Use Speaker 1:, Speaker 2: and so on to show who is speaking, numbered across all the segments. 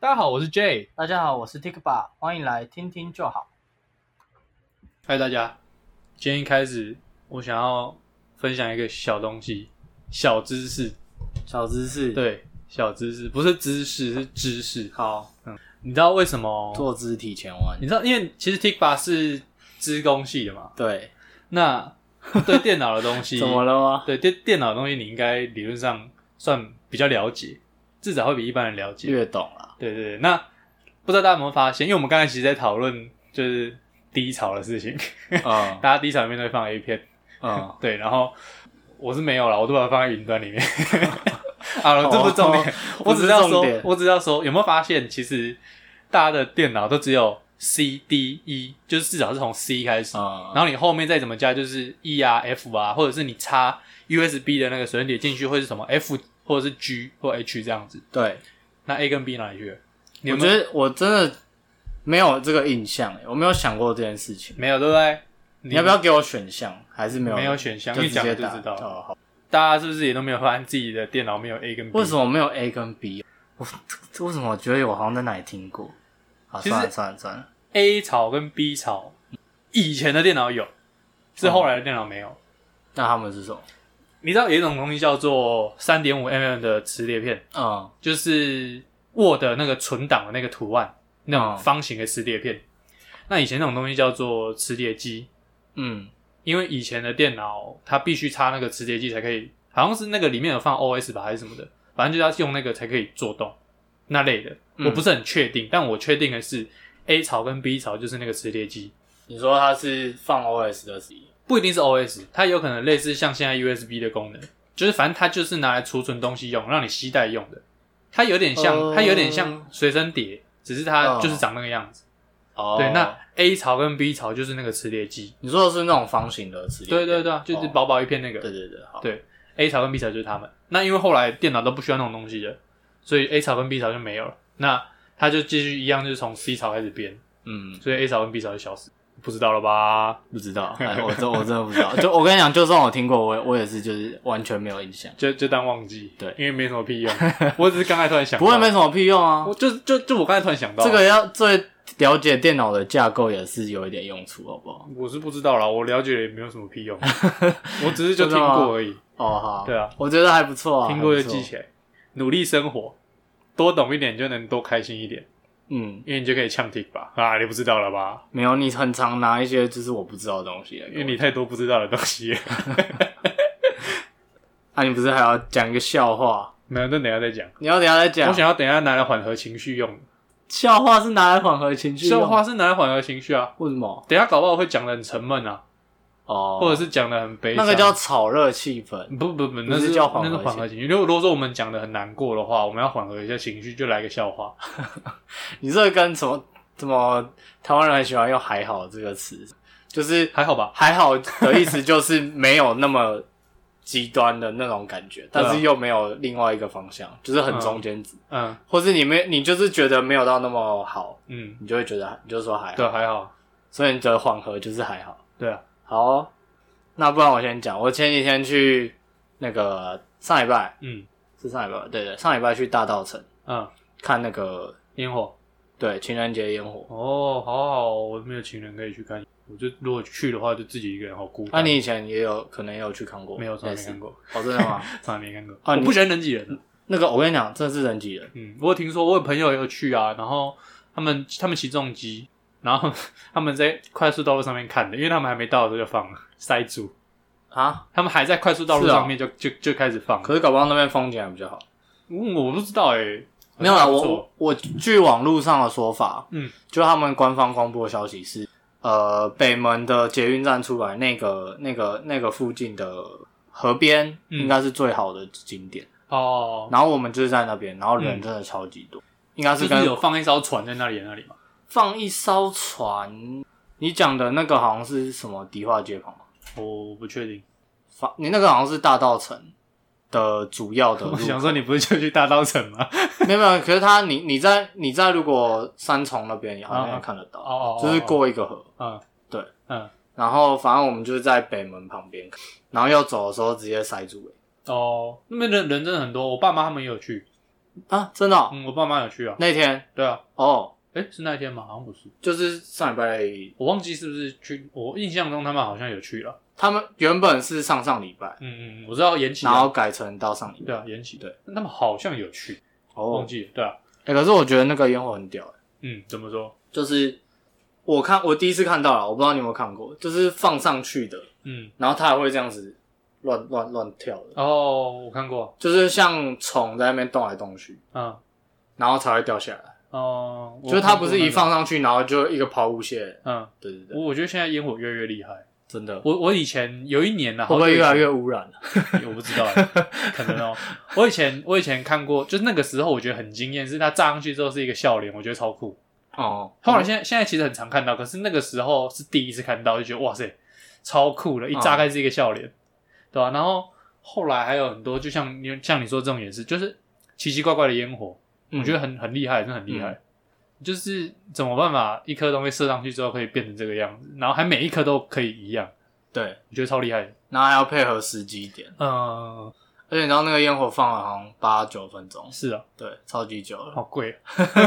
Speaker 1: 大家好，我是 J。
Speaker 2: 大家好，我是 Tikba，欢迎来听听就好。
Speaker 1: 嗨，大家！今天一开始，我想要分享一个小东西，小知识。
Speaker 2: 小知识，，
Speaker 1: 对，小知识不是知识，是知识。
Speaker 2: 好，
Speaker 1: 你知道为什么？
Speaker 2: 坐姿体前弯
Speaker 1: 你，知道，因为其实 Tikba 是资工系的嘛，
Speaker 2: 对，
Speaker 1: 那对电脑的东西，
Speaker 2: 怎么了吗？
Speaker 1: 对电电脑的东西，你应该理论上算比较了解，至少会比一般人了解。
Speaker 2: 略懂啊 了，
Speaker 1: 对对对，那不知道大家有没有发现，因为我们刚才其实在讨论就是低潮的事情，
Speaker 2: 嗯
Speaker 1: 大家低潮里面都会放 A 片，
Speaker 2: 嗯，
Speaker 1: 对，然后我是没有啦，我都把它放在云端里面。 好了，这不是重点，我
Speaker 2: 哦不是
Speaker 1: 只是要说
Speaker 2: 重点，
Speaker 1: 我只是要说，有没有发现，其实大家的电脑都只有 C、D、E，就是至少是从 C 开始，
Speaker 2: 嗯，
Speaker 1: 然后你后面再怎么加，就是 E 啊、F 啊，或者是你插 USB 的那个水冷点进去，会是什么 F 或者是 G 或 H 这样子。
Speaker 2: 对，
Speaker 1: 那 A 跟 B 哪里去了？你有
Speaker 2: 我
Speaker 1: 没有
Speaker 2: 觉得我真的没有这个印象，我没有想过这件事情。
Speaker 1: 没有，对不对？
Speaker 2: 你要不要给我选项？还是没有？
Speaker 1: 没有选项
Speaker 2: 就
Speaker 1: 一
Speaker 2: 直
Speaker 1: 讲
Speaker 2: 接
Speaker 1: 就
Speaker 2: 打
Speaker 1: 知道
Speaker 2: 哦，好。
Speaker 1: 大家是不是也都没有发现自己的电脑没有 A 跟 B？
Speaker 2: 为什么没有 A 跟 B？我为什么我觉得我好像在哪里听过？好，
Speaker 1: 其实
Speaker 2: 算了算了算了，
Speaker 1: A 槽跟 B 槽，以前的电脑有，是后来的电脑没有。
Speaker 2: 那他们是什么？
Speaker 1: 你知道有一种东西叫做三点五 mm 的磁碟片，
Speaker 2: 嗯，
Speaker 1: 就是 Word 那个存档的那个图案，那种
Speaker 2: 哦
Speaker 1: 方形的磁碟片。那以前那种东西叫做磁碟机，
Speaker 2: 嗯，
Speaker 1: 因为以前的电脑它必须插那个磁碟机才可以，好像是那个里面有放 OS 吧还是什么的，反正就是要用那个才可以做动那类的。
Speaker 2: 嗯
Speaker 1: 我不是很确定，但我确定的是 A 槽跟 B 槽就是那个磁碟机。
Speaker 2: 你说它是放 OS 的十一，
Speaker 1: 不一定是 OS，它有可能类似像现在 USB 的功能，就是反正它就是拿来储存东西用，让你携带用的。它有点像，
Speaker 2: 哦
Speaker 1: 它有点像随身碟，只是它就是长那个样子。
Speaker 2: 哦
Speaker 1: 对，那 A 槽跟 B 槽就是那个磁碟机。
Speaker 2: 你说的是那种方形的磁铁
Speaker 1: 对
Speaker 2: 片？
Speaker 1: 对对啊，就是
Speaker 2: 哦
Speaker 1: 薄薄一片那个。
Speaker 2: 对对对，好，
Speaker 1: 对 A 槽跟 B 槽就是它们。那因为后来电脑都不需要那种东西了，所以 A 槽跟 B 槽就没有了。那它就继续一样，就是从 C 槽开始编，
Speaker 2: 嗯，
Speaker 1: 所以 A 槽跟 B 槽就消失。不知道了吧？
Speaker 2: 不知道，哎我真我真的不知道。就我跟你讲，就算我听过，我也我也是就是完全没有印象，
Speaker 1: 就就当忘记，
Speaker 2: 对
Speaker 1: 因为没什么屁用。我只是刚才突然想到，
Speaker 2: 不会没什么屁用啊
Speaker 1: 我。就就就我刚才突然想到
Speaker 2: 这个，要最了解电脑的架构也是有一点用处，好不好？
Speaker 1: 我是不知道啦，我了解也没有什么屁 用，我只是就听
Speaker 2: 真的吗
Speaker 1: 过而已，
Speaker 2: 哦，好，
Speaker 1: 对啊，
Speaker 2: 我觉得还不错啊，
Speaker 1: 听过就
Speaker 2: 还不错
Speaker 1: 记起来，努力生活，多懂一点就能多开心一点，
Speaker 2: 嗯，
Speaker 1: 因为你就可以呛 t 吧啊，你不知道了吧？
Speaker 2: 没有，你很常拿一些就是我不知道的东西来给
Speaker 1: 因
Speaker 2: 我，
Speaker 1: 为你太多不知道的东西了，
Speaker 2: 啊，你不是还要讲一个笑话？
Speaker 1: 没有，那等一下再讲。
Speaker 2: 你要等一下再讲。
Speaker 1: 我想要等一下拿来缓和情绪用的，
Speaker 2: 笑话是拿来缓和情绪，
Speaker 1: 笑话是拿来缓和情绪啊。
Speaker 2: 为什么？
Speaker 1: 等一下搞不好会讲的很沉闷啊，
Speaker 2: 哦，
Speaker 1: 或者是讲的很悲
Speaker 2: 那
Speaker 1: 伤。
Speaker 2: 个叫炒热气氛。
Speaker 1: 不不不，
Speaker 2: 是
Speaker 1: 那是
Speaker 2: 叫缓
Speaker 1: 那
Speaker 2: 和
Speaker 1: 是缓和情绪。如果说我们讲的很难过的话，我们要缓和一下情绪，就来个笑话。
Speaker 2: 你这个跟什么什么台湾人很喜欢用“还好”这个词，就是
Speaker 1: 还好吧？
Speaker 2: 还好的意思就是没有那么极端的那种感觉，但
Speaker 1: 对
Speaker 2: 是
Speaker 1: 啊
Speaker 2: 又没有另外一个方向，就是很中间值，
Speaker 1: 嗯
Speaker 2: 或是你没你就是觉得没有到那么好，
Speaker 1: 嗯，
Speaker 2: 你就会觉得你就说还
Speaker 1: 对，啊
Speaker 2: 好，
Speaker 1: 还好，
Speaker 2: 所以你觉得缓和就是还好。
Speaker 1: 对啊，
Speaker 2: 好哦、那不然我先讲，我前几天去那个上礼拜
Speaker 1: 嗯
Speaker 2: 是上礼拜吧，对对，上礼拜去大道城
Speaker 1: 嗯，
Speaker 2: 看那个
Speaker 1: 烟火
Speaker 2: 对情人节烟火。
Speaker 1: 哦，好好哦，我没有情人可以去看，我就如果去的话，就自己一个人，好孤
Speaker 2: 那、
Speaker 1: 单。
Speaker 2: 你以前也有可能也有去看过？
Speaker 1: 没有从来
Speaker 2: 类
Speaker 1: 没
Speaker 2: 似
Speaker 1: 看过，
Speaker 2: 哦，真的 吗？
Speaker 1: 从来没看过
Speaker 2: 啊
Speaker 1: 我
Speaker 2: 你
Speaker 1: 不喜欢人挤人啊。
Speaker 2: 那个我跟你讲，真的是人挤人。
Speaker 1: 嗯，我有听说我有朋友也有去啊，然后他们他们起重机，然后 他们在快速道路上面看的，因为他们还没到的时候就放了，塞住。
Speaker 2: 啊，
Speaker 1: 他们还在快速道路
Speaker 2: 是啊
Speaker 1: 上面就、就就开始放了，
Speaker 2: 可是搞不好那边风景还比较好。
Speaker 1: 嗯，我不知道哎、
Speaker 2: 没有啦，
Speaker 1: 好像不
Speaker 2: 我
Speaker 1: 错
Speaker 2: 我我据网络上的说法，
Speaker 1: 嗯，
Speaker 2: 就他们官方公布的消息是，呃，北门的捷运站出来那个那个那个附近的河边，
Speaker 1: 嗯
Speaker 2: 应该是最好的景点。
Speaker 1: 哦，
Speaker 2: 然后我们就是在那边，然后人
Speaker 1: 嗯
Speaker 2: 真的超级多，应该
Speaker 1: 就是是
Speaker 2: 跟
Speaker 1: 有放一艘船在那里的那里嘛？
Speaker 2: 放一艘船。你讲的那个好像是什么迪化街旁吗？
Speaker 1: 哦我不确定。
Speaker 2: 放你那个好像是大道城的主要的 路
Speaker 1: 我想说，你不是就去大稻城吗？
Speaker 2: 没有没有，可是它你你在你在如果三重那边，你好像也看得到，
Speaker 1: 哦
Speaker 2: 就是，过一个河，
Speaker 1: 嗯，
Speaker 2: 对，
Speaker 1: 嗯，
Speaker 2: 然后反正我们就是在北门旁边，然后要走的时候直接塞住、欸。
Speaker 1: 哦，那边人人真的很多，我爸妈他们也有去，
Speaker 2: 啊，真的哦、
Speaker 1: 嗯，我爸妈有去啊。
Speaker 2: 那天
Speaker 1: 对啊，
Speaker 2: 哦，
Speaker 1: 哎，是那一天吗？好像不是，
Speaker 2: 就是上礼拜，
Speaker 1: 我忘记是不是去。我印象中他们好像有去了。
Speaker 2: 他们原本是上上礼拜，
Speaker 1: 嗯嗯，我知道延期
Speaker 2: 然
Speaker 1: 啊，
Speaker 2: 后改成到上礼拜。
Speaker 1: 对啊，延期
Speaker 2: 对，
Speaker 1: 他们好像有去，
Speaker 2: 哦
Speaker 1: 忘，记了。对啊，
Speaker 2: 哎、可是我觉得那个烟火很屌、欸
Speaker 1: 嗯，怎么说？
Speaker 2: 就是我看我第一次看到了，我不知道你有没有看过，就是放上去的，
Speaker 1: 嗯，
Speaker 2: 然后它还会这样子乱乱乱跳的，
Speaker 1: 哦，我看过，
Speaker 2: 就是像虫在那边动来动去，
Speaker 1: 嗯，
Speaker 2: 然后才会掉下来。
Speaker 1: 哦，我
Speaker 2: 就是它
Speaker 1: 看
Speaker 2: 不
Speaker 1: 过
Speaker 2: 是
Speaker 1: 那
Speaker 2: 一
Speaker 1: 个，
Speaker 2: 放上去，然后就一个抛物线。
Speaker 1: 嗯，
Speaker 2: 对对对，
Speaker 1: 我我觉得现在烟火越来越厉害。
Speaker 2: 真的会
Speaker 1: 我我以前有一年呢，
Speaker 2: 不
Speaker 1: 好久
Speaker 2: 会
Speaker 1: 以
Speaker 2: 越来
Speaker 1: 前
Speaker 2: 越污染、啊？
Speaker 1: 我不知道欸，可能哦、我以前我以前看过，就是那个时候我觉得很惊艳，是它炸上去之后是一个笑脸，我觉得超酷。
Speaker 2: 哦，
Speaker 1: 后来现在现在其实很常看到，可是那个时候是第一次看到，就觉得哇塞，超酷了！一
Speaker 2: 嗯
Speaker 1: 炸开是一个笑脸，对吧、然后后来还有很多，就像你像你说这种也是，就是奇奇怪怪的烟火，
Speaker 2: 嗯
Speaker 1: 我觉得很很厉害，真的很厉害。
Speaker 2: 嗯
Speaker 1: 就是怎么办法，一颗东西射上去之后可以变成这个样子，然后还每一颗都可以一样，
Speaker 2: 对，
Speaker 1: 我觉得超厉害的。
Speaker 2: 然后还要配合时机点，
Speaker 1: 嗯、
Speaker 2: 而且你知道那个烟火放了好像八九分钟，
Speaker 1: 是啊，
Speaker 2: 对，超级久了，
Speaker 1: 好贵，哦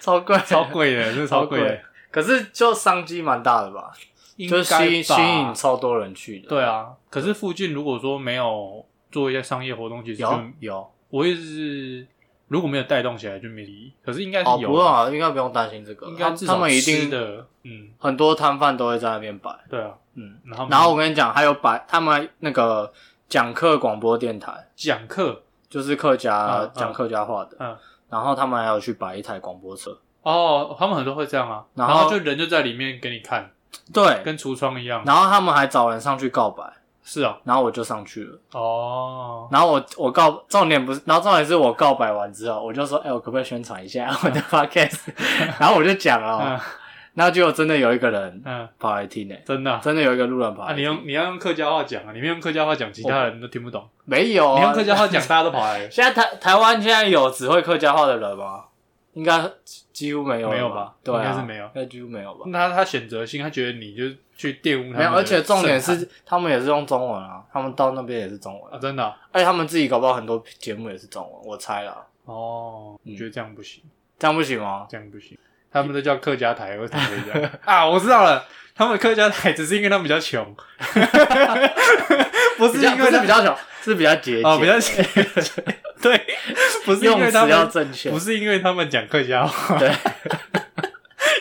Speaker 2: 超贵，
Speaker 1: 超。贵 的，真的超贵的。
Speaker 2: 可是就商机蛮大的吧，
Speaker 1: 应
Speaker 2: 就是吸
Speaker 1: 该
Speaker 2: 引吸
Speaker 1: 吧
Speaker 2: 引超多人去的。
Speaker 1: 对，啊，可是附近如果说没有做一些商业活动，其实就
Speaker 2: 有有
Speaker 1: 我意思是，如果没有带动起来就没意义。可是应该是
Speaker 2: 哦，
Speaker 1: 有
Speaker 2: 不，用啊，应该不用担心这个，
Speaker 1: 应该
Speaker 2: 他
Speaker 1: 至
Speaker 2: 他
Speaker 1: 少
Speaker 2: 们一
Speaker 1: 吃
Speaker 2: 定
Speaker 1: 的，嗯，
Speaker 2: 很多摊贩都会在那边摆，
Speaker 1: 对啊，
Speaker 2: 嗯。
Speaker 1: 然后
Speaker 2: 然后我跟你讲，还有摆他们那个讲课广播电台，
Speaker 1: 讲课
Speaker 2: 就是客家
Speaker 1: 嗯嗯
Speaker 2: 讲客家话的，
Speaker 1: 嗯，
Speaker 2: 然后他们还有去摆一台广播车，
Speaker 1: 哦，他们很多会这样啊，
Speaker 2: 然
Speaker 1: 然
Speaker 2: 后
Speaker 1: 就人就在里面给你看，
Speaker 2: 对，
Speaker 1: 跟橱窗一样。
Speaker 2: 然后他们还找人上去告白，
Speaker 1: 是啊，
Speaker 2: 然后我就上去了，
Speaker 1: 哦，
Speaker 2: 然后我我告重点不是，然后重点是我告白完之后，我就说，哎、我可不可以宣传一下
Speaker 1: 啊
Speaker 2: 我的 podcast？然后我就讲了哦，
Speaker 1: 嗯
Speaker 2: 然后结果真的有一个人
Speaker 1: 嗯，
Speaker 2: 跑来听呢、欸
Speaker 1: 真的啊。
Speaker 2: 真的有一个路人跑来
Speaker 1: 啊，
Speaker 2: 听，
Speaker 1: 你用你要用客家话讲啊，你没用客家话讲，其他人都听不懂。
Speaker 2: 没有、啊？
Speaker 1: 你用客家话讲，大家都跑来。
Speaker 2: 现在台台湾现在有只会客家话的人吗？应该几乎没有了，
Speaker 1: 没有吧
Speaker 2: 对、
Speaker 1: 应
Speaker 2: 啊，
Speaker 1: 该是没有
Speaker 2: 应该几乎没有吧？
Speaker 1: 那他他选择性，他觉得你就去玷污他们的
Speaker 2: 没有，而且重点
Speaker 1: 盛
Speaker 2: 是他们也是用中文啊，他们到那边也是中文
Speaker 1: 产啊，，真的啊
Speaker 2: 而且他们自己搞不好很多节目也是中文，我猜啦，
Speaker 1: 哦，
Speaker 2: 嗯
Speaker 1: 我觉得这样不行。
Speaker 2: 这样不行吗？
Speaker 1: 这样不行，他们都叫客家台，为什么会这 样啊？我知道了，他们客家台只是因为他们比较穷， 不是
Speaker 2: 比较
Speaker 1: 因
Speaker 2: 不
Speaker 1: 为
Speaker 2: 是
Speaker 1: 他
Speaker 2: 比较小，是比较节俭，
Speaker 1: 哦比较节
Speaker 2: 俭，
Speaker 1: 对，不是因
Speaker 2: 用
Speaker 1: 为
Speaker 2: 词
Speaker 1: 他
Speaker 2: 要
Speaker 1: 们
Speaker 2: 正确
Speaker 1: 不，是因为他们讲客家话，
Speaker 2: 对，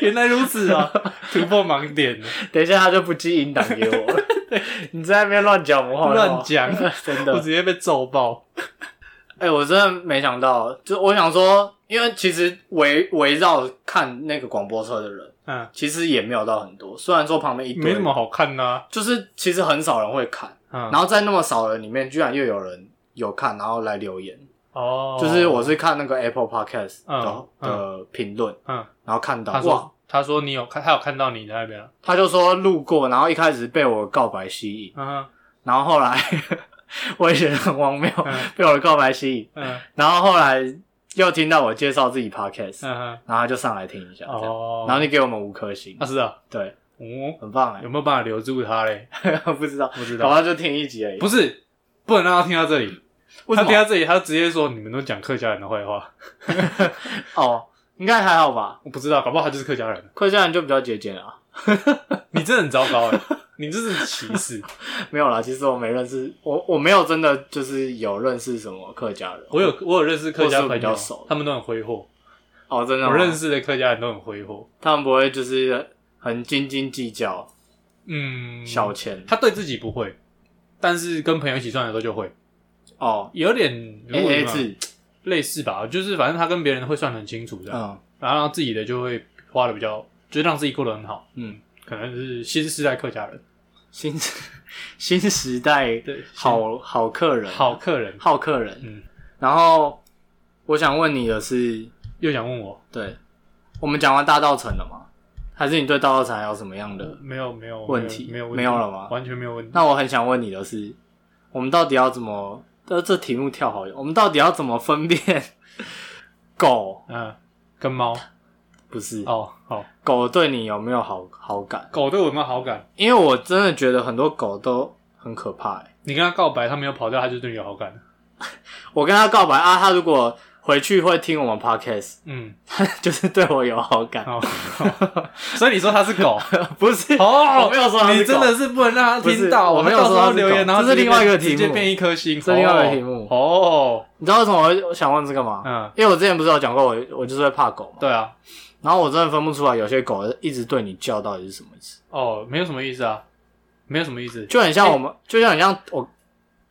Speaker 1: 原来如此啊，突破盲点了，
Speaker 2: 等一下他就不寄音档给 我了，你在那边乱讲我好了
Speaker 1: 乱，讲，
Speaker 2: 哦真
Speaker 1: 我
Speaker 2: 的
Speaker 1: 直，接被揍爆。
Speaker 2: 哎、我真的没想到，就我想说，因为其实围围绕看那个广播车的人。
Speaker 1: 嗯，
Speaker 2: 其实也没有到很多，虽然说旁边一堆，
Speaker 1: 没什么，好看呐、
Speaker 2: 就是其实很少人会看，
Speaker 1: 嗯，
Speaker 2: 然后在那么少人里面，居然又有人有看，然后来留言，
Speaker 1: 哦，
Speaker 2: 就是我是看那个 Apple Podcast
Speaker 1: 嗯
Speaker 2: 的、
Speaker 1: 嗯
Speaker 2: 的评论，
Speaker 1: 嗯，
Speaker 2: 然后看到
Speaker 1: 他
Speaker 2: 哇，
Speaker 1: 说他说你有看，他有看到你在那边啊，
Speaker 2: 他就说路过，然后一开始被我告白吸引，
Speaker 1: 嗯
Speaker 2: 然后后来 我也觉得很荒谬，
Speaker 1: 嗯
Speaker 2: 被我的告白吸引，
Speaker 1: 嗯
Speaker 2: 然后后来又听到我介绍自己 Podcast，、
Speaker 1: 嗯，
Speaker 2: 然后他就上来听一下，
Speaker 1: 嗯
Speaker 2: 这样
Speaker 1: 哦，
Speaker 2: 然后就给我们五颗星，
Speaker 1: 啊是啊，
Speaker 2: 对，
Speaker 1: 哦，
Speaker 2: 很棒哎
Speaker 1: 有、没有办法留住他嘞？
Speaker 2: 不知道，
Speaker 1: 不知
Speaker 2: 搞
Speaker 1: 道
Speaker 2: 不。好就啊听一集而已，
Speaker 1: 不是，不能让他听到这里。
Speaker 2: 为
Speaker 1: 他
Speaker 2: 什
Speaker 1: 听
Speaker 2: 么？
Speaker 1: 到这里，他直接说你们都讲客家人的坏话。
Speaker 2: 哦，应该还好吧。
Speaker 1: 我不知道，搞不好他就是客家人。
Speaker 2: 客家人就比较节俭啊，
Speaker 1: 你真的很糟 糕哎、你这是歧视。
Speaker 2: 没有啦。其实我没认识，我我没有真的就是有认识什么客家人。
Speaker 1: 我有我有认识客家
Speaker 2: 我是
Speaker 1: 朋
Speaker 2: 比较
Speaker 1: 友
Speaker 2: 熟，
Speaker 1: 他们都很挥霍。
Speaker 2: 哦，真的吗
Speaker 1: 我认，识的客家人都很挥霍。
Speaker 2: 他们不会就是很斤斤计较
Speaker 1: 嗯，
Speaker 2: 小钱、
Speaker 1: 他对自己不会，但是跟朋友一起赚的时候就会，
Speaker 2: 哦
Speaker 1: 有点如果
Speaker 2: ，A A
Speaker 1: 有没啊有
Speaker 2: 制，
Speaker 1: 类似吧，就是反正他跟别人会算得很清楚这样，
Speaker 2: 嗯
Speaker 1: 然后让自己的就会花的比较，就是让自己过得很好。
Speaker 2: 嗯，
Speaker 1: 可能是新时代客家人，
Speaker 2: 新时 新时代
Speaker 1: 对，
Speaker 2: 好好客人，啊
Speaker 1: 好客人
Speaker 2: 好客人。
Speaker 1: 嗯，
Speaker 2: 然后我想问你的是，
Speaker 1: 又想问我。
Speaker 2: 对我们讲完大道城了吗？还是你对大道城还有什么样的
Speaker 1: 呃没有没有
Speaker 2: 问题
Speaker 1: 没有问
Speaker 2: 没有了吗
Speaker 1: 完全没有问题。
Speaker 2: 那我很想问你的是，我们到底要怎么？呃，这题目跳好远，我们到底要怎么分辨 狗
Speaker 1: 嗯，跟猫
Speaker 2: 不是、
Speaker 1: 哦，好，
Speaker 2: 狗对你有没有好好感？
Speaker 1: 狗对我有没有好感？
Speaker 2: 因为我真的觉得很多狗都很可怕、欸。
Speaker 1: 你跟它告白，它没有跑掉，它就对你有好感。
Speaker 2: 我跟他告白啊，他如果回去会听我们 podcast，
Speaker 1: 嗯，
Speaker 2: 就是对我有好感，
Speaker 1: 好，好所以你说他是狗
Speaker 2: 不 是？
Speaker 1: 哦
Speaker 2: 我没有说他
Speaker 1: 你
Speaker 2: 是
Speaker 1: 真
Speaker 2: 狗，
Speaker 1: 的是不能让他
Speaker 2: 不是
Speaker 1: 听到，
Speaker 2: 我没有
Speaker 1: 到时
Speaker 2: 说他
Speaker 1: 候
Speaker 2: 是
Speaker 1: 留言，
Speaker 2: 狗
Speaker 1: 然后
Speaker 2: 这是
Speaker 1: 直接
Speaker 2: 另外一个
Speaker 1: 直接
Speaker 2: 题目
Speaker 1: 变一颗星，
Speaker 2: 这是另外一个题目
Speaker 1: 哦，
Speaker 2: 你知道为什么我想问这个吗？
Speaker 1: 嗯，
Speaker 2: 因为我之前不是有讲过我，我就是会怕狗嘛，
Speaker 1: 对啊，
Speaker 2: 然后我真的分不出来，有些狗一直对你叫到底是什么意思，
Speaker 1: 哦，没有什么意思啊，没有什么意思，
Speaker 2: 就很像我们，就像很像我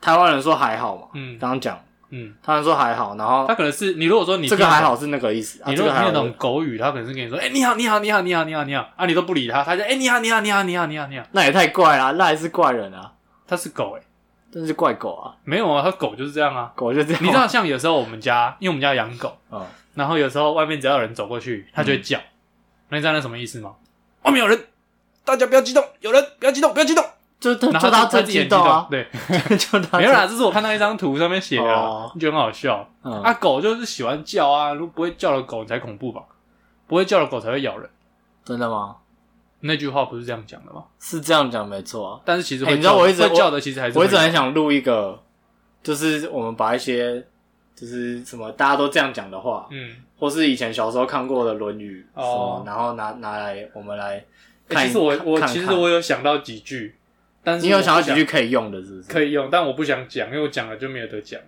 Speaker 2: 台湾人说还好嘛，
Speaker 1: 嗯
Speaker 2: 刚刚讲
Speaker 1: 嗯，
Speaker 2: 他们说还好，然后
Speaker 1: 他可能是你如果说你
Speaker 2: 这
Speaker 1: 听
Speaker 2: 个
Speaker 1: 得
Speaker 2: 还
Speaker 1: 懂
Speaker 2: 好是那个意思，啊、
Speaker 1: 你
Speaker 2: 这
Speaker 1: 如果
Speaker 2: 个
Speaker 1: 听
Speaker 2: 还
Speaker 1: 得
Speaker 2: 好
Speaker 1: 懂
Speaker 2: 是，
Speaker 1: 狗语，他可能是跟你说：“哎、你好，你好，你好，你好，你好，你好。”啊，你都不理他，他就：“哎、你好，你好，你好，你好，你好，你好。
Speaker 2: 那也太怪啦，那还是怪人啊，”
Speaker 1: 他是狗哎、
Speaker 2: 真是怪狗啊，
Speaker 1: 没有啊，他狗就是这样啊。
Speaker 2: 狗就这样，
Speaker 1: 你知道，像有时候我们家，因为我们家养狗，
Speaker 2: 嗯，
Speaker 1: 然后有时候外面只要有人走过去，它就会叫。那你知道那什么意思吗？外嗯哦面有人，大家不要激动，有人不要激动，不要激动。
Speaker 2: 就就
Speaker 1: 然后
Speaker 2: 就他
Speaker 1: 自
Speaker 2: 最
Speaker 1: 己很激
Speaker 2: 激动啊，
Speaker 1: 对，
Speaker 2: 就他
Speaker 1: 没有啦，这是我看到一张图上面写的啊
Speaker 2: 哦，
Speaker 1: 觉得很好笑。
Speaker 2: 最，嗯
Speaker 1: 啊，狗就是喜欢叫啊，如果不会叫的狗才恐怖吧？不会叫的狗才会咬人。
Speaker 2: 真的吗？
Speaker 1: 那句话不是这样讲的吗？
Speaker 2: 是这样讲没错啊，
Speaker 1: 但是其实
Speaker 2: 哎
Speaker 1: 会
Speaker 2: 你知道
Speaker 1: 叫
Speaker 2: 我
Speaker 1: 的
Speaker 2: 一直
Speaker 1: 会叫的，其实还是
Speaker 2: 我一直
Speaker 1: 会
Speaker 2: 很想录一个，就是我们把一些就是什么大家都这样讲的话，
Speaker 1: 嗯，
Speaker 2: 或是以前小时候看过的《论语》什
Speaker 1: 哦
Speaker 2: 么，然后拿拿来我们来
Speaker 1: 欸
Speaker 2: 看一。
Speaker 1: 其实我我
Speaker 2: 看
Speaker 1: 其实
Speaker 2: 看
Speaker 1: 我有想到几句，但是
Speaker 2: 你有想到几句
Speaker 1: 我
Speaker 2: 可以用的，是不
Speaker 1: 不
Speaker 2: 是？
Speaker 1: 想可以用，但我不想讲，因为我讲了就没有得讲。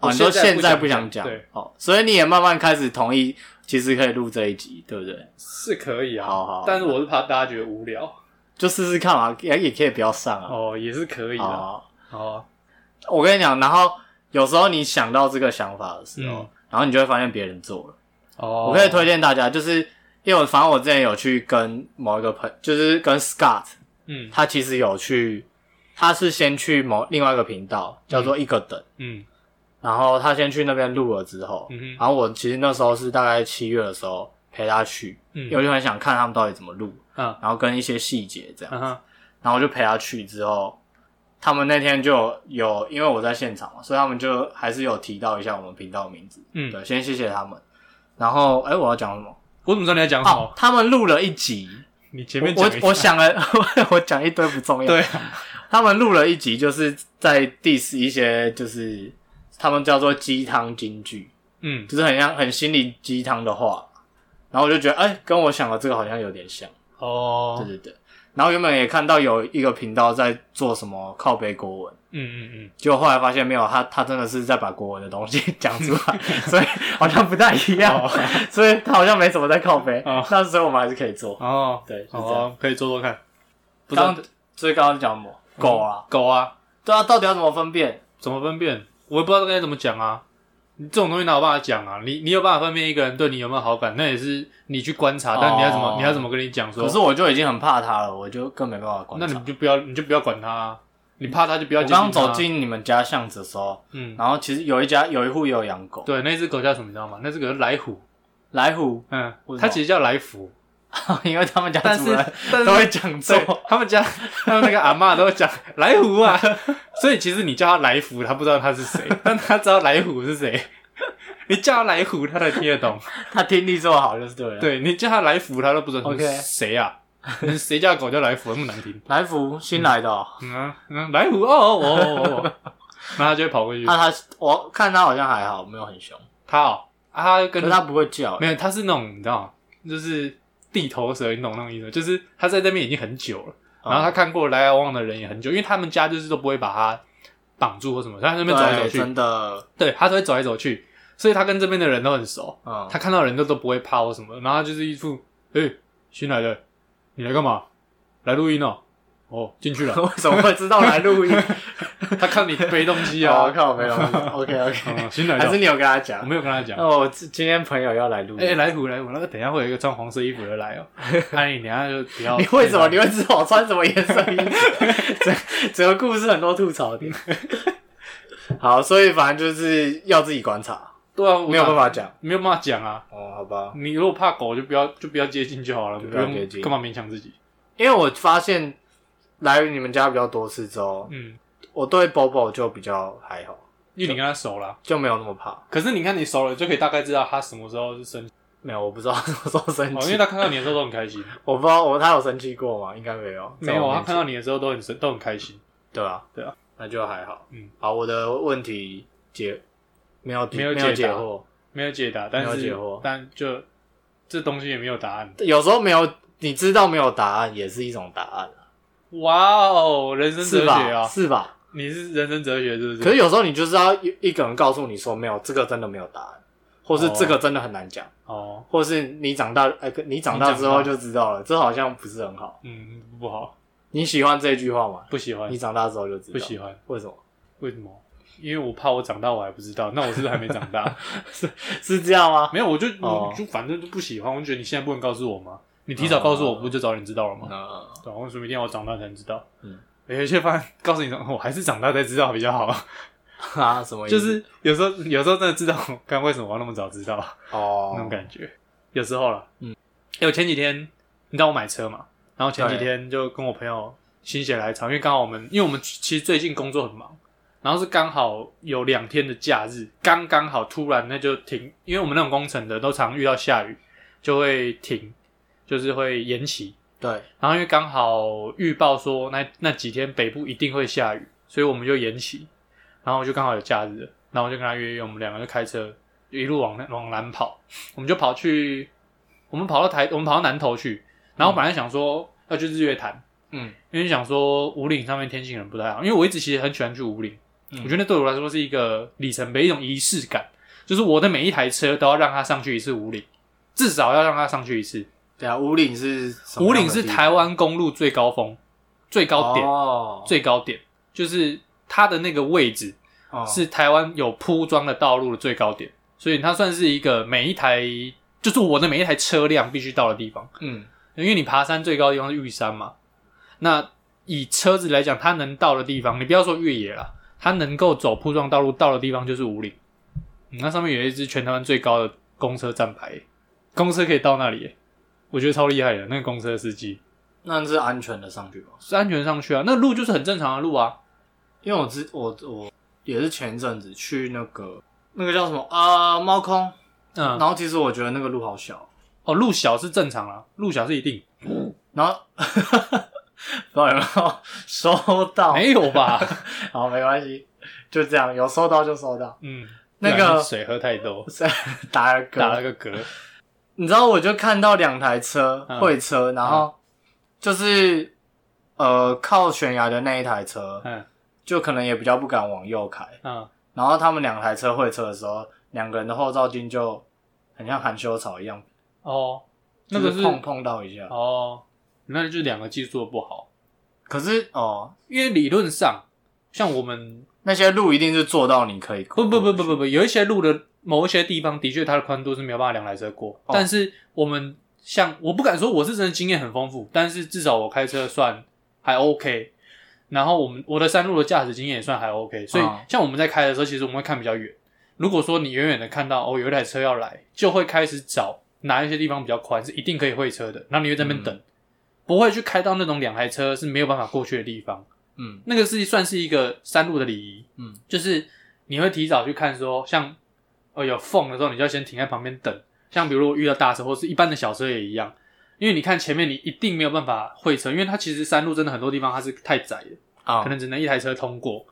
Speaker 2: 哦，
Speaker 1: 我
Speaker 2: 你说现在不
Speaker 1: 不
Speaker 2: 想
Speaker 1: 讲，
Speaker 2: 讲
Speaker 1: 对，，
Speaker 2: 哦，所以你也慢慢开始同意，其实可以录这一集，对不对？
Speaker 1: 是可以啊，
Speaker 2: 好好
Speaker 1: 但是我是怕大家觉得无聊，
Speaker 2: 就试试看嘛，也也可以不要上啊。
Speaker 1: 哦，也是可以的，
Speaker 2: 哦，
Speaker 1: 哦，
Speaker 2: 我跟你讲，然后有时候你想到这个想法的时候，
Speaker 1: 嗯
Speaker 2: 然后你就会发现别人做了。
Speaker 1: 哦，
Speaker 2: 我可以推，荐大家，就是因为我反正我之前有去跟某一个朋，就是跟 Scott，
Speaker 1: 嗯
Speaker 2: 他其实有去，他是先去某另外一个频道叫做一个等，
Speaker 1: 嗯
Speaker 2: 然后他先去那边录了之后，
Speaker 1: 嗯哼
Speaker 2: 然后我其实那时候是大概七月的时候陪他去，因为
Speaker 1: 嗯，
Speaker 2: 我就很想看他们到底怎么录，
Speaker 1: 啊
Speaker 2: 然后跟一些细节这样，
Speaker 1: 嗯哼，
Speaker 2: 然后我就陪他去之后。他们那天就有，因为我在现场嘛，所以他们就还是有提到一下我们频道的名字。
Speaker 1: 嗯，
Speaker 2: 对，先谢谢他们。然后，哎、我要讲什么？
Speaker 1: 我怎么知道你要讲什
Speaker 2: 哦
Speaker 1: 么，？
Speaker 2: 他们录了一集，
Speaker 1: 你前面
Speaker 2: 我
Speaker 1: 讲一
Speaker 2: 我我
Speaker 1: 下，
Speaker 2: 想了， 我讲一堆不重要。
Speaker 1: 对，啊，
Speaker 2: 他们录了一集，就是在 diss 一些，就是他们叫做鸡汤金句，
Speaker 1: 嗯
Speaker 2: 就是很像很心灵鸡汤的话。然后我就觉得，哎、跟我想的这个好像有点像，对
Speaker 1: 哦，
Speaker 2: 对对。然后原本也看到有一个频道在做什么靠背国文，
Speaker 1: 嗯嗯嗯，
Speaker 2: 结果后来发现没有，他他真的是在把国文的东西讲出 来，所以好像不太一样，
Speaker 1: 哦
Speaker 2: 所以他好像没什么在靠背。
Speaker 1: 哦
Speaker 2: 那时候我们还是可以做，
Speaker 1: 哦，
Speaker 2: 对，是这
Speaker 1: 好
Speaker 2: 样。
Speaker 1: 啊，可以做做看，不知道
Speaker 2: 刚所以刚刚讲什么？狗啊，
Speaker 1: 狗啊，
Speaker 2: 对啊，到底要怎么分辨？
Speaker 1: 怎么分辨？我也不知道该怎么讲啊。你这种东西哪有办法讲啊？你你有办法分辨一个人对你有没有好感，那也是你去观察，但你要怎么、
Speaker 2: 哦
Speaker 1: 你要怎么跟你讲说？
Speaker 2: 可是我就已经很怕它了，我就更没办法观
Speaker 1: 那
Speaker 2: 察。
Speaker 1: 你就不要你就不要管他、啊，你怕他就不要
Speaker 2: 我
Speaker 1: 接近他。啊
Speaker 2: 刚走进你们家巷子的时候，
Speaker 1: 嗯，
Speaker 2: 然后其实有一家有一户也有养狗，
Speaker 1: 对，那只狗叫什么你知道吗？那只狗叫来虎，
Speaker 2: 来虎，
Speaker 1: 嗯
Speaker 2: 为，什
Speaker 1: 它
Speaker 2: 么
Speaker 1: 其实叫来福，
Speaker 2: 因为他们家
Speaker 1: 但
Speaker 2: 主
Speaker 1: 是
Speaker 2: 人
Speaker 1: 但
Speaker 2: 都会
Speaker 1: 是
Speaker 2: 讲
Speaker 1: 对
Speaker 2: 错，
Speaker 1: 他们家他们那个阿嬷都会讲来虎啊， 所以其实你叫他来福，他不知道他是谁，但他知道来虎是谁。你叫他来虎，他才听得懂。
Speaker 2: 他听力做好就是对了。，
Speaker 1: 对你叫他来福，他都不知道
Speaker 2: OK
Speaker 1: 谁啊？谁家的狗叫来福那么难听？
Speaker 2: 来福新来的哦，
Speaker 1: 嗯啊嗯，来福哦哦哦哦哦，然后他就会跑过去。
Speaker 2: 那他我看他好像还好，没有很凶，
Speaker 1: 他哦，啊他
Speaker 2: 可
Speaker 1: 跟
Speaker 2: 是他不会叫
Speaker 1: 没。有，他是那种你知道，就是地头蛇，你懂那种意思吗？就是他在那边已经很久了，
Speaker 2: 哦
Speaker 1: 然后他看过来来往往的人也很久，因为他们家就是都不会把他绑住或什么，他在那边走来走
Speaker 2: 对，
Speaker 1: 去，
Speaker 2: 真的，
Speaker 1: 对他都会走来走去，所以他跟这边的人都很熟，
Speaker 2: 嗯，
Speaker 1: 他看到人都都不会怕或什么，然后他就是一副，哎、新来的，你来干嘛？来录音哦。哦，进去了。
Speaker 2: 为什么会知道来录音？
Speaker 1: 他看你背东西
Speaker 2: 我
Speaker 1: 啊，
Speaker 2: 靠，没有，OK OK，
Speaker 1: 嗯，新来
Speaker 2: 哦还是哦
Speaker 1: 的，
Speaker 2: 你有跟他
Speaker 1: 我
Speaker 2: 讲？
Speaker 1: 没有跟他讲
Speaker 2: 那。我今今天朋友要来录音，
Speaker 1: 哎、来虎来虎，那个等一下会有一个穿黄色衣服的来哦、哎，你等一下就不要。
Speaker 2: 你为什么你会知道我穿什么颜色衣服？ 整整个故事很多吐 槽点。好，所以反正就是要自己观察，
Speaker 1: 对啊，我
Speaker 2: 没有办
Speaker 1: 法，
Speaker 2: 法讲。
Speaker 1: 没有办法讲啊。
Speaker 2: 哦，好吧，
Speaker 1: 你如果怕狗，就不要就不要接近就好了，
Speaker 2: 就
Speaker 1: 不
Speaker 2: 不要接
Speaker 1: 用
Speaker 2: 近
Speaker 1: 干嘛勉强自己？
Speaker 2: 因为我发现来你们家比较多次之后，
Speaker 1: 嗯，
Speaker 2: 我对 Bobo 就比较还好，
Speaker 1: 因为你跟它熟了。
Speaker 2: 就没有那么怕。
Speaker 1: 可是你看你熟了，就可以大概知道它什么时候是生气。
Speaker 2: 没有，我不知道他什么时候生
Speaker 1: 哦，因为
Speaker 2: 气，
Speaker 1: 它看到你的时候都很开心。
Speaker 2: 我不知道我他有生气过吗？应该没有，
Speaker 1: 没有啊，
Speaker 2: 啊，
Speaker 1: 它看到你的时候都很生，都很开心。
Speaker 2: 对啊，
Speaker 1: 对啊，
Speaker 2: 那就还好。
Speaker 1: 嗯，
Speaker 2: 好，我的问题解没有
Speaker 1: 没有
Speaker 2: 没有
Speaker 1: 解
Speaker 2: 解
Speaker 1: 答
Speaker 2: 惑，
Speaker 1: 没有解答，但
Speaker 2: 没有解
Speaker 1: 是
Speaker 2: 惑
Speaker 1: 但就这东西也没有答案。
Speaker 2: 有时候没有，你知道没有答案也是一种答案啊，
Speaker 1: 哇哦，人生哲
Speaker 2: 是
Speaker 1: 学啊！
Speaker 2: 吧？是吧？
Speaker 1: 你是人生哲学是不是？
Speaker 2: 可是有时候你就是要一一个人告诉你说没有，这个真的没有答案，或是
Speaker 1: 哦
Speaker 2: 这个真的很难讲，
Speaker 1: 哦，
Speaker 2: 或是你长大哎、你长大之后就知道了，这好像不是很好。
Speaker 1: 嗯，不好，
Speaker 2: 你喜欢这句话吗？
Speaker 1: 不喜欢
Speaker 2: 你，长大之后就知
Speaker 1: 不
Speaker 2: 道，
Speaker 1: 喜欢，
Speaker 2: 为什么？
Speaker 1: 为什么？因为我怕我长大我还不知道，那我是不是还没长大？
Speaker 2: 是这样吗？
Speaker 1: 没有，我就
Speaker 2: 哦
Speaker 1: 我就反正就不喜欢，我就觉得你现在不能告诉我吗？你提早告诉我，
Speaker 2: 哦
Speaker 1: 不就早点知道了吗？
Speaker 2: 嗯，
Speaker 1: 对啊，为什么一定要我长大才能知道？
Speaker 2: 嗯，
Speaker 1: 有些发现告诉你，哦我还是长大才知道比较好。
Speaker 2: 啊，什么意思？
Speaker 1: 就是有时候有时候真的知道， 看为什么我要那么早知道
Speaker 2: 哦，
Speaker 1: 那种感觉，有时候了。
Speaker 2: 嗯，
Speaker 1: 哎，我前几天你知道我买车嘛？然后前几天就跟我朋友心血来潮，因为刚好我们因为我们其实最近工作很忙，然后是刚好有两天的假日，刚刚好突然那就停，因为我们那种工程的都常遇到下雨就会停，就是会延期。
Speaker 2: 对，
Speaker 1: 然后因为刚好预报说那那几天北部一定会下雨，所以我们就延期。然后我就刚好有假日了，然后我就跟他约约，我们两个就开车就一路往南往南跑，我们就跑去，我们跑到台，我们跑到南投去。然后我本来想说要去日月潭，
Speaker 2: 嗯，
Speaker 1: 因为想说五岭上面天气可能不太好，因为我一直其实很喜欢去五岭，
Speaker 2: 嗯
Speaker 1: 我觉得那对我来说是一个里程碑，一种仪式感，就是我的每一台车都要让它上去一次五岭，至少要让它上去一次。
Speaker 2: 对啊，五岭是什么
Speaker 1: 五
Speaker 2: 样的
Speaker 1: 岭是
Speaker 2: 地
Speaker 1: 台湾公路最高峰、最高点、
Speaker 2: 哦，
Speaker 1: 最高点，就是它的那个位置
Speaker 2: 哦
Speaker 1: 是台湾有铺装的道路的最高点，所以它算是一个每一台，就是我的每一台车辆必须到的地方。
Speaker 2: 嗯
Speaker 1: 因为你爬山最高的地方是玉山嘛，那以车子来讲，它能到的地方，你不要说越野啦，它能够走铺装道路到的地方就是五岭、嗯那上面有一只全台湾最高的公车站牌，公车可以到那里耶，我觉得超厉害的那个公车司机。
Speaker 2: 那是安全的上去吗？
Speaker 1: 是安全上去啊，那路就是很正常的路啊。
Speaker 2: 因为我之我我也是前一阵子去那个那个叫什么啊、呃猫空，
Speaker 1: 嗯
Speaker 2: 然，后其实我觉得那个路好小，
Speaker 1: 哦，路小是正常啦，路小是一定
Speaker 2: 然后 不知道有没有收到，
Speaker 1: 没有 吧？
Speaker 2: 好没关系，就这样，有收到就收到。
Speaker 1: 嗯，
Speaker 2: 那个
Speaker 1: 不然是水喝太多，
Speaker 2: 是打了嗝，
Speaker 1: 打了个嗝。
Speaker 2: 你知道我就看到两台车
Speaker 1: 嗯
Speaker 2: 会车，然后就是呃靠悬崖的那一台车，
Speaker 1: 嗯
Speaker 2: 就可能也比较不敢往右开。
Speaker 1: 嗯，
Speaker 2: 然后他们两台车会车的时候，两个人的后照镜就很像含羞草一样，
Speaker 1: 哦，那个
Speaker 2: 就是是碰碰到一下。
Speaker 1: 哦，那就是两个技术的不好，
Speaker 2: 可是哦，
Speaker 1: 因为理论上，像我们
Speaker 2: 那些路一定是做到你可以
Speaker 1: 不不不不不不，有一些路的某一些地方的确它的宽度是没有办法两台车过，
Speaker 2: 哦
Speaker 1: 但是我们像我不敢说我是真的经验很丰富，但是至少我开车算还 OK。然后我们我的山路的驾驶经验也算还 OK，所以
Speaker 2: 哦
Speaker 1: 像我们在开的时候，其实我们会看比较远。如果说你远远的看到哦有一台车要来，就会开始找哪一些地方比较宽是一定可以会车的，然后你就在那边
Speaker 2: 嗯
Speaker 1: 等，不会去开到那种两台车是没有办法过去的地方。
Speaker 2: 嗯
Speaker 1: 那个是算是一个山路的礼仪，
Speaker 2: 嗯，
Speaker 1: 就是你会提早去看说，像呃有缝的时候，你就要先停在旁边等。像比如我遇到大车或是一般的小车也一样，因为你看前面你一定没有办法会车，因为它其实山路真的很多地方它是太窄的，
Speaker 2: 啊
Speaker 1: 可能只能一台车通过。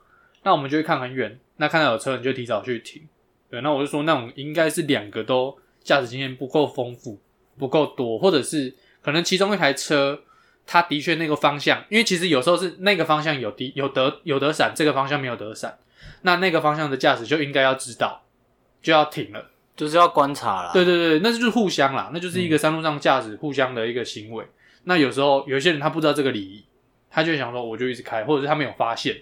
Speaker 1: 那我们就会看很远，那看到有车你就提早去停。对，那我就说那种应该是两个都驾驶经验不够丰富、不够多，或者是可能其中一台车它的确那个方向，因为其实有时候是那个方向有的有得有得闪，这个方向没有得闪，那那个方向的驾驶就应该要知道就要停了。
Speaker 2: 就是要观察啦。
Speaker 1: 对对对，那就是互相啦，那就是一个山路上驾驶互相的一个行为。那有时候有些人他不知道这个礼仪，他就会想说我就一直开，或者是他没有发现。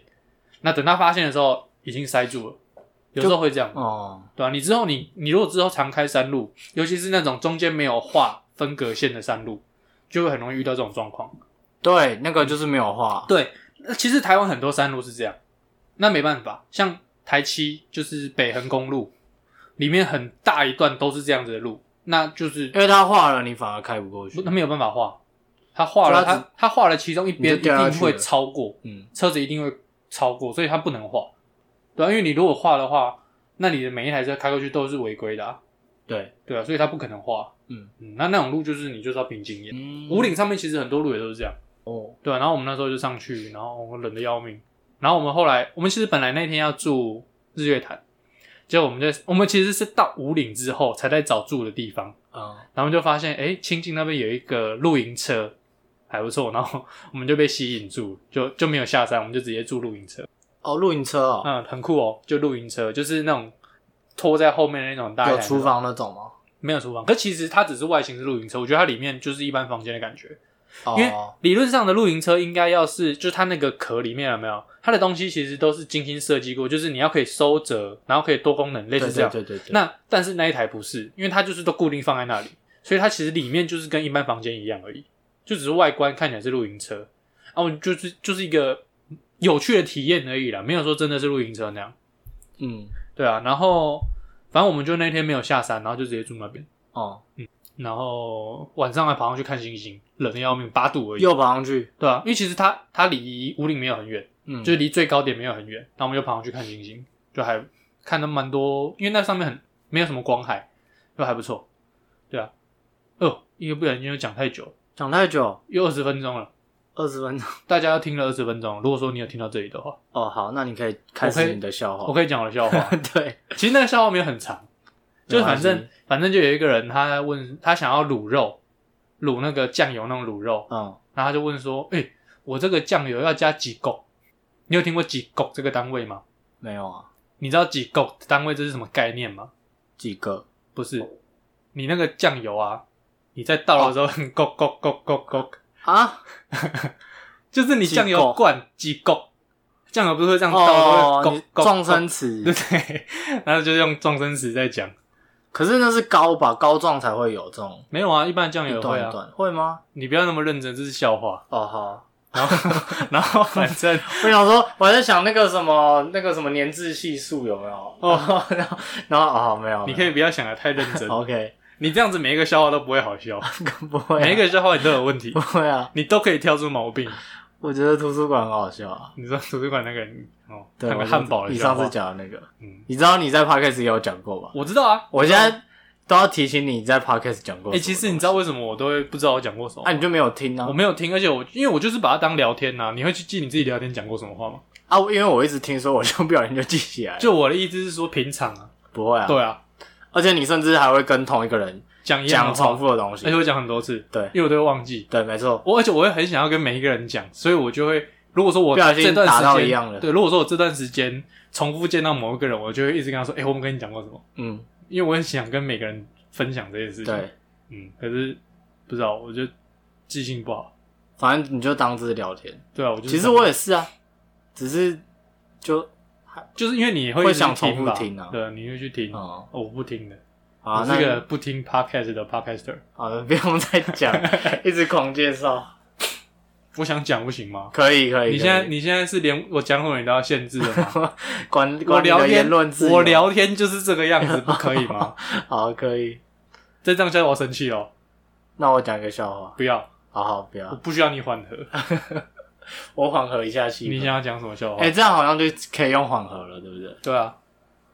Speaker 1: 那等他发现的时候，已经塞住了，有时候会这样，
Speaker 2: 哦，
Speaker 1: 对吧、啊你之后你你如果之后常开山路，尤其是那种中间没有画分隔线的山路，就会很容易遇到这种状况。
Speaker 2: 对，那个就是没有画。
Speaker 1: 对，那其实台湾很多山路是这样，那没办法，像台七就是北横公路里面很大一段都是这样子的路，那就是
Speaker 2: 因为他画了，你反而开不过
Speaker 1: 不
Speaker 2: 去
Speaker 1: 他。没有办法画，他画了
Speaker 2: 就他只
Speaker 1: 他他画了其中一边
Speaker 2: 你
Speaker 1: 一
Speaker 2: 就掉下去
Speaker 1: 定会超过，
Speaker 2: 嗯，
Speaker 1: 车子一定会超过，所以他不能画。对、啊，因为你如果画的话，那你的每一台车开过去都是违规的、啊，
Speaker 2: 对，
Speaker 1: 对啊，所以他不可能画。
Speaker 2: 嗯
Speaker 1: 嗯，那那种路就是你就是要凭经验。
Speaker 2: 嗯
Speaker 1: 五岭上面其实很多路也都是这样，
Speaker 2: 哦，
Speaker 1: 对啊、然后我们那时候就上去，然后我冷的要命。然后我们后来，我们其实本来那天要住日月潭，结果我们就我们其实是到五岭之后才在找住的地方，
Speaker 2: 啊、
Speaker 1: 然后就发现哎，清境那边有一个露营车，还不错，然后我们就被吸引住，就就没有下山，我们就直接住露营车，
Speaker 2: 哦，露营车哦，
Speaker 1: 嗯，很酷哦，就露营车，就是那种拖在后面的那种大
Speaker 2: 有
Speaker 1: 台
Speaker 2: 厨，房那种吗？
Speaker 1: 没有厨房，可其实它只是外形是露营车，我觉得它里面就是一般房间的感觉，
Speaker 2: 哦
Speaker 1: 因为理论上的露营车应该要是，就是它那个壳里面有没有，它的东西其实都是精心设计过，就是你要可以收折，然后可以多功能，类
Speaker 2: 对
Speaker 1: 似这样。
Speaker 2: 对对对对，
Speaker 1: 那但是那一台不是，因为它就是都固定放在那里，所以它其实里面就是跟一般房间一样而已，就只是外观看起来是露营车，啊，我就是就是一个有趣的体验而已啦，没有说真的是露营车那样。
Speaker 2: 嗯
Speaker 1: 对啊，然后反正我们就那天没有下山，然后就直接住那边，
Speaker 2: 哦，
Speaker 1: 然后晚上还爬上去看星星，冷的要命，八度而已。
Speaker 2: 又爬上去，
Speaker 1: 对啊，因为其实它它离五岭没有很远，
Speaker 2: 嗯，
Speaker 1: 就是离最高点没有很远，然后我们就爬上去看星星，就还看到蛮多，因为那上面很没有什么光害，就还不错。对啊，哦，一个不小心就讲太久，
Speaker 2: 讲太久，
Speaker 1: 又二十分钟了，
Speaker 2: 二十分钟。
Speaker 1: 大家听了二十分钟。如果说你有听到这里的话，
Speaker 2: 哦，好，那你可以开
Speaker 1: 我
Speaker 2: 始
Speaker 1: 可以
Speaker 2: 你的笑话。
Speaker 1: 我可以讲我的笑话。
Speaker 2: 对，
Speaker 1: 其实那个笑话没有很 长，就是反
Speaker 2: 没
Speaker 1: 正
Speaker 2: 关
Speaker 1: 反正就有一个人他问他想要卤肉，卤那个酱油那种卤肉，
Speaker 2: 嗯，
Speaker 1: 然后他就问说：“哎、我这个酱油要加几狗？”你有听过几狗这个单位吗？
Speaker 2: 没有啊，
Speaker 1: 你知道几狗单位这是什么概念吗？
Speaker 2: 几个
Speaker 1: 不是，你那个酱油啊，你在倒的时候很咕咕咕咕咕，
Speaker 2: 啊？
Speaker 1: 就是你酱油罐几狗，酱油不是会这样倒
Speaker 2: 哦
Speaker 1: 的时候，
Speaker 2: 你
Speaker 1: 会咕咕咕，
Speaker 2: 撞生词
Speaker 1: 对，对，然后就用撞生词在讲。
Speaker 2: 可是那是高吧，高撞才会有这种
Speaker 1: 没有啊，一般的酱油
Speaker 2: 一
Speaker 1: 也会
Speaker 2: 段一
Speaker 1: 啊，
Speaker 2: 段，会吗？
Speaker 1: 你不要那么认真，这是笑话。
Speaker 2: 哦，好，
Speaker 1: 然后然后反正
Speaker 2: 我想说，我还在想那个什么那个什么年制系数有没有？哦， 然后然后哦，没有，
Speaker 1: 你可以不要想的太认真
Speaker 2: 没有，OK，
Speaker 1: 你这样子每一个笑话都不会好 笑，
Speaker 2: 不会啊，
Speaker 1: 每一个笑话你都有问题
Speaker 2: 不，会啊。
Speaker 1: 你都可以挑出毛病。
Speaker 2: 我觉得图书馆很好笑啊。
Speaker 1: 你知道图书馆那个人哦，
Speaker 2: 对，
Speaker 1: 那
Speaker 2: 我
Speaker 1: 个
Speaker 2: 就
Speaker 1: 汉堡的
Speaker 2: 你
Speaker 1: 笑
Speaker 2: 上
Speaker 1: 话
Speaker 2: 次，讲的那个，
Speaker 1: 嗯，
Speaker 2: 你知道你在 podcast 也有讲过吧？
Speaker 1: 我知道啊，
Speaker 2: 我现在都要提醒你在 podcast 讲
Speaker 1: 哎、
Speaker 2: 过什么东西。
Speaker 1: 其实你知道为什么我都会不知道我讲过什么？
Speaker 2: 啊，你就没有听啊
Speaker 1: 我？没有听，而且我因为我就是把它当聊天呐、啊你会去记你自己聊天讲过什么话吗？
Speaker 2: 啊，因为我一直听说，我就不小心就记起来了。
Speaker 1: 就我的意思是说平常啊，
Speaker 2: 不会啊，
Speaker 1: 对啊，
Speaker 2: 而且你甚至还会跟同一个人
Speaker 1: 讲一样
Speaker 2: 讲
Speaker 1: 的
Speaker 2: 重
Speaker 1: 话，哎
Speaker 2: 复的东
Speaker 1: 而且
Speaker 2: 西。
Speaker 1: 我讲很多次，
Speaker 2: 对
Speaker 1: 因为我都会忘记。
Speaker 2: 对，没错，
Speaker 1: 我而且我会很想要跟每一个人讲，所以我就会如果说我
Speaker 2: 不小心
Speaker 1: 这段时
Speaker 2: 打到
Speaker 1: 间
Speaker 2: 一样了
Speaker 1: 对，如果说我这段时间重复见到某一个人，我就会一直跟他说，哎、我们跟你讲过什么？
Speaker 2: 嗯，
Speaker 1: 因为我很想跟每个人分享这件事情。，
Speaker 2: 对，
Speaker 1: 嗯，可是不知道，我就记性不好。
Speaker 2: 反正你就当是聊天。
Speaker 1: 对啊，我就是
Speaker 2: 其实我也是啊，只是就
Speaker 1: 就是因为你会
Speaker 2: 会
Speaker 1: 一直
Speaker 2: 想重复
Speaker 1: 吧
Speaker 2: 听啊
Speaker 1: 对，你会去听。
Speaker 2: 哦，
Speaker 1: 我不听的，
Speaker 2: 好啊，
Speaker 1: 嗯我
Speaker 2: 那
Speaker 1: 是个不听 podcast 的 podcaster。
Speaker 2: 好了，不用再 讲，一直狂介绍，
Speaker 1: 我想讲不行吗？
Speaker 2: 可以可以。
Speaker 1: 你现在
Speaker 2: 可以
Speaker 1: 你现在是连我讲什么你都要限制的 吗？
Speaker 2: 管
Speaker 1: 我
Speaker 2: 管你
Speaker 1: 聊
Speaker 2: 的言
Speaker 1: 天
Speaker 2: 论自由，
Speaker 1: 我聊天就是这个样 子，不可以吗？
Speaker 2: 好可以。
Speaker 1: 再这样下去我要生气哦！
Speaker 2: 那我讲一个笑话，
Speaker 1: 不要，
Speaker 2: 好好不
Speaker 1: 我
Speaker 2: 要，
Speaker 1: 不需要你缓 和。
Speaker 2: 啊我缓和一下气
Speaker 1: 你
Speaker 2: 氛。
Speaker 1: 想要讲什么笑话
Speaker 2: 哎、？这样好像就可以用缓和了，对不对？
Speaker 1: 对啊，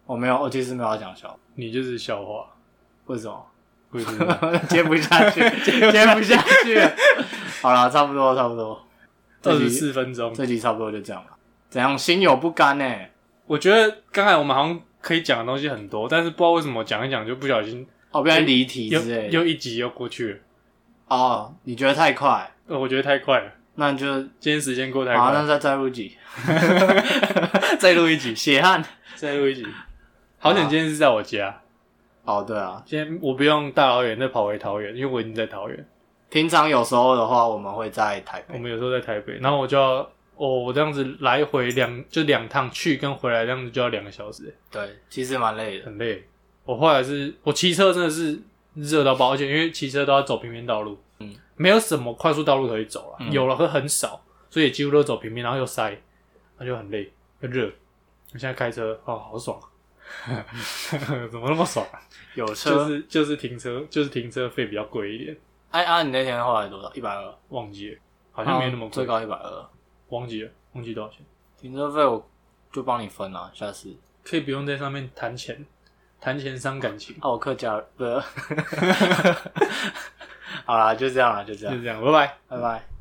Speaker 2: 我没有，我其实没有要讲笑话，
Speaker 1: 你就是笑话，
Speaker 2: 为什么？
Speaker 1: 不是二
Speaker 2: 接不 下去，接不下去 了。好了，差不多，差不多。这
Speaker 1: 十
Speaker 2: 集
Speaker 1: 四分钟。
Speaker 2: 这集差不多就这样了。怎样？心有不甘呢、欸
Speaker 1: 我觉得刚才我们好像可以讲的东西很多，但是不知道为什么讲一讲就不小心
Speaker 2: 哦，不要离题
Speaker 1: 又
Speaker 2: 之类的。
Speaker 1: 又一集又过去了。
Speaker 2: 哦，你觉得太快，
Speaker 1: 呃我觉得太快了，
Speaker 2: 那你就
Speaker 1: 今天时间过太
Speaker 2: 好，那
Speaker 1: 快，
Speaker 2: 再再录几
Speaker 1: 再录一集，
Speaker 2: 血汗。
Speaker 1: 再录一集。好险，今天是在我家，
Speaker 2: 哦，对啊，
Speaker 1: 今天我不用大老远再跑回桃园，因为我已经在桃园。
Speaker 2: 平常有时候的话，我们会在台
Speaker 1: 我
Speaker 2: 北。
Speaker 1: 们有时候在台北，然后我就要哦，我这样子来回两就两趟去跟回来，这样子就要两个小时，
Speaker 2: 对，其实蛮累的。
Speaker 1: 很累。我后来是我骑车真的是热到爆，而且因为骑车都要走平面道路，
Speaker 2: 嗯，
Speaker 1: 没有什么快速道路可以走了，
Speaker 2: 嗯
Speaker 1: 有了会很少，所以几乎都走平面，然后又塞，那就很累又热。我现在开车哦，好 爽、 啊，怎么那么爽、啊？
Speaker 2: 有车，
Speaker 1: 就是就是停车，就是停车费比较贵一点，
Speaker 2: 哎啊，你那天后来多少？一百二，
Speaker 1: 忘记了，好像没那么
Speaker 2: 最
Speaker 1: 贵，
Speaker 2: 高一百二。
Speaker 1: 忘记了，忘记多少钱。
Speaker 2: 停车费我就帮你分了，下次。
Speaker 1: 可以不用在上面谈钱，谈钱伤感情，
Speaker 2: 啊，我客家 不是。好啦，就这样了，就
Speaker 1: 就
Speaker 2: 这
Speaker 1: 啊
Speaker 2: 样，
Speaker 1: 嗯这样，拜拜。
Speaker 2: 拜拜。